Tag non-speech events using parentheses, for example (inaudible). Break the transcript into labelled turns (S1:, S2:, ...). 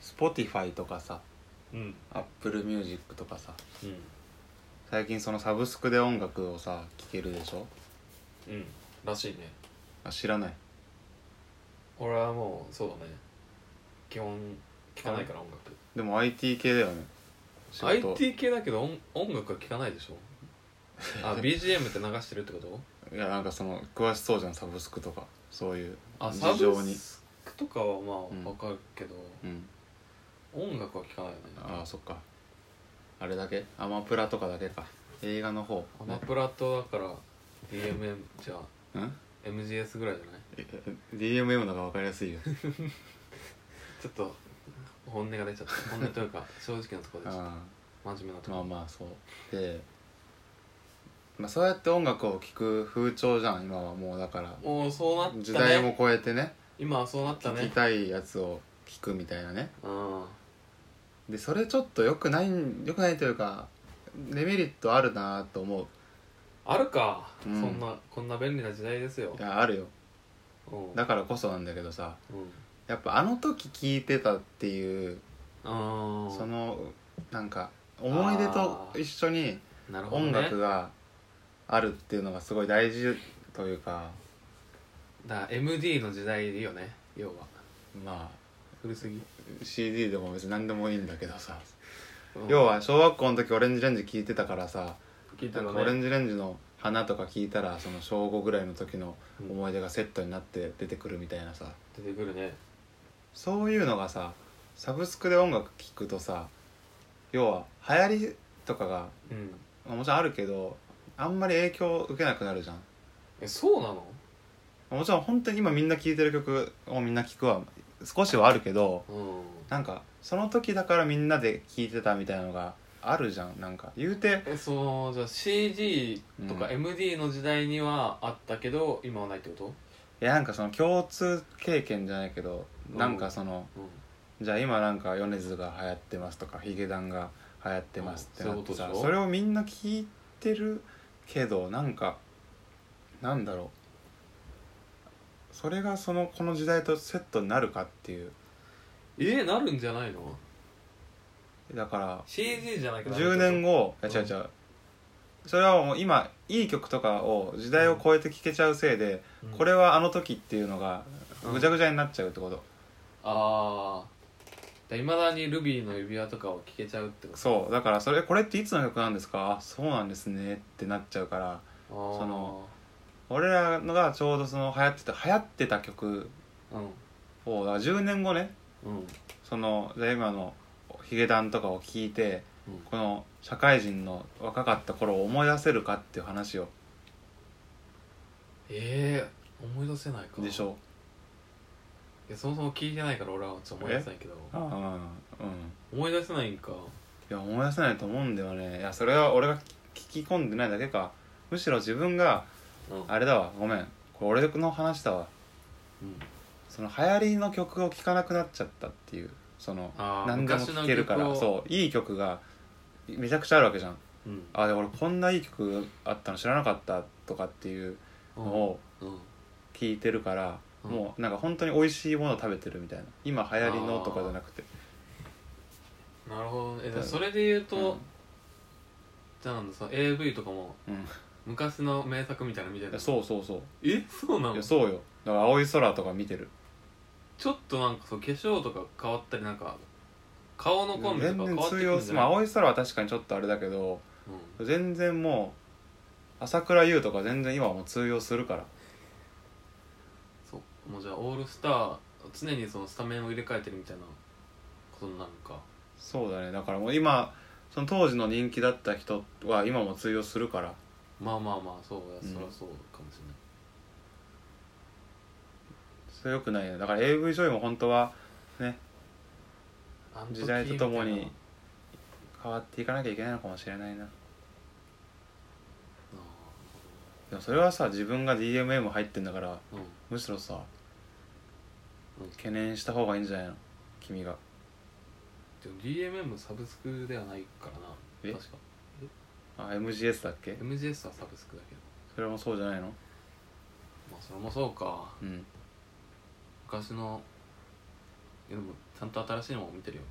S1: Spotify とかさ
S2: うん、
S1: Apple Music とかさ
S2: うん、
S1: 最近そのサブスクで音楽をさ聴けるでしょ
S2: うん、らしいね。
S1: あ知らない
S2: 俺はもう、そうだね。基本、聞かないから音楽。
S1: でも IT 系だよね仕
S2: IT 系だけど音音楽は聞かないでし (laughs) ょあ BGM って流してるってこと
S1: いやなんかその詳しそうじゃんサブスクとかそういう
S2: あサ
S1: 事情
S2: ブ
S1: に
S2: スクとかはまあ
S1: うん
S2: 分かるけど、
S1: うん
S2: 音楽は聞かないよね
S1: ああそっかあれだけアマプラとかだけか映画の方
S2: アマプラとだから DMM じゃあ
S1: うん
S2: MGS ぐらいじゃない
S1: え DMM の方が分かりやすいよ
S2: ちょっと本音が出ちゃ (laughs) った本音というか正直なところでちょっ
S1: あ
S2: と真面目な
S1: あ
S2: とこ
S1: まあまあそうで、まあ、そうやって音楽を聴く風潮じゃん今はもうだから
S2: ろもうそうなったね
S1: 時代も超えてね
S2: 今はそうなった
S1: 聴き
S2: ね
S1: たいやつを聴くみたいなね
S2: うん
S1: でそれちょっと良くない良くないというかデメリットあるなと思う
S2: あるか、
S1: うん
S2: そんなこんな便利な時代ですよ
S1: いやあるよ
S2: うん
S1: だからこそなんだけどさ
S2: うん
S1: やっぱあの時聴いてたっていう
S2: あ
S1: そのなんか思い出と一緒に
S2: ーなるほど、ね、
S1: 音楽があるっていうのがすごい大事というか
S2: だから MD の時代でいいよね要は
S1: ま
S2: 古すぎ
S1: あ CD でも別に何でもいいんだけどさ
S2: うん
S1: 要は小学校の時オレンジレンジ聴いてたからさ
S2: 聞いた
S1: なん
S2: の
S1: かオレ
S2: ね
S1: ンジレンジの花とか聞いたらその小5ぐらいの時の思い出がセットになって出てくるみたいなさ
S2: 出てくるね
S1: そういうのがさサブスクで音楽聴くとさ要は流行りとかが
S2: うん
S1: まあもちろんあるけどあんまり影響を受けなくなるじゃん
S2: えそうなの
S1: もちろん本当に今みんな聴いてる曲をみんな聴くは少しはあるけど
S2: うん
S1: なんかその時だからみんなで聴いてたみたいなのがあるじゃんなんか言うて
S2: えそのじゃあ CD とか
S1: うん
S2: MD の時代にはあったけど、今はないってこと
S1: いやなんかその共通経験じゃないけどなんかその
S2: うん
S1: じゃあ今なんか米津が流行ってますとかヒゲダンが流行ってますってなって
S2: そういうこと
S1: さ
S2: でしょ
S1: それをみんな聴いてるけどなんかなんだろうそれがそのこの時代とセットになるかっていう
S2: えなるんじゃないの
S1: だから
S2: CD じゃなきゃ
S1: 10年
S2: 後
S1: 後
S2: う
S1: い
S2: ん
S1: や違う違うそれはもう今いい曲とかを時代を超えて聴けちゃうせいで、これはあの時っていうのが
S2: うん
S1: ぐちゃぐちゃになっちゃうってこと、
S2: ああいまだにルビーの指輪とかを聴けちゃうってこと
S1: そうだからそれこれっていつの曲なんですかあそうなんですねってなっちゃうから
S2: あー
S1: その俺らのがちょうどその流行ってた流行ってた曲をだから10年後ね
S2: うんうん
S1: そのじゃあ今のヒゲダンとかを聴いて
S2: うん
S1: この社会人の若かった頃を思い出せるかっていう話を
S2: ええ思い出せないか
S1: でしょ
S2: いやそもそも聞いてないから俺はちょっと思い出せないけど
S1: うんうんうん
S2: 思い出せないんか
S1: いや思い出せないと思うんだよねいやそれは俺が聞き込んでないだけかむしろ自分が
S2: うん、うん、
S1: あれだわごめんこれ俺の話だわその流行りの曲を聴かなくなっちゃったっていうその
S2: あー
S1: 何でも聴けるから
S2: 昔の
S1: そ
S2: 曲
S1: ういい曲がめちゃくちゃあるわけじゃん
S2: うん
S1: あで俺こんないい曲あったの知らなかったとかっていうのを
S2: うん
S1: 聞いてるから、
S2: うん
S1: もうなんか本当に美味しいもの食べてるみたいな今流行りのとかじゃなくて
S2: なるほどねえ
S1: うん
S2: それで言うと、
S1: うん
S2: じゃあなんだその AV とかも
S1: うん
S2: 昔の名作みたいなの見て
S1: い
S2: る
S1: やそうそうそう
S2: えそうないの
S1: やそうよだから青い空とか見てる
S2: ちょっとなんかそう化粧とか変わったりなんか顔のコンビとか
S1: 全
S2: 変
S1: 然
S2: わってく
S1: 通
S2: る
S1: 用
S2: んじ
S1: す
S2: ゃ
S1: ま
S2: な
S1: あ
S2: い、
S1: 青い空は確かにちょっとあれだけど全然もう朝倉優とか全然今はもう通用するから
S2: うん、そうもうじゃあオールスター常にそのスタメンを入れ替えてるみたいなことになるのか
S1: そうだねだからもう今その当時の人気だった人は今も通用するから
S2: まあまあまあそうや、
S1: うん
S2: そりゃそうかもしれない
S1: それよくないねだから AV 女優も本当は
S2: あの時
S1: 時代とともに
S2: みたいな
S1: 変わっていかなきゃいけないのかもしれないなでもそれはさ自分が DMM 入ってんだから
S2: あーうん
S1: むしろさ
S2: うん
S1: 懸念した方がいいんじゃないの君が
S2: でも DMM サブスクではないから
S1: え
S2: な確か
S1: あ MGS だっけ
S2: MGS はサブスクだけど
S1: それもそうじゃないの
S2: まあそれもそうか
S1: うん
S2: 昔のいやでもちゃんと新しいのも見てるよ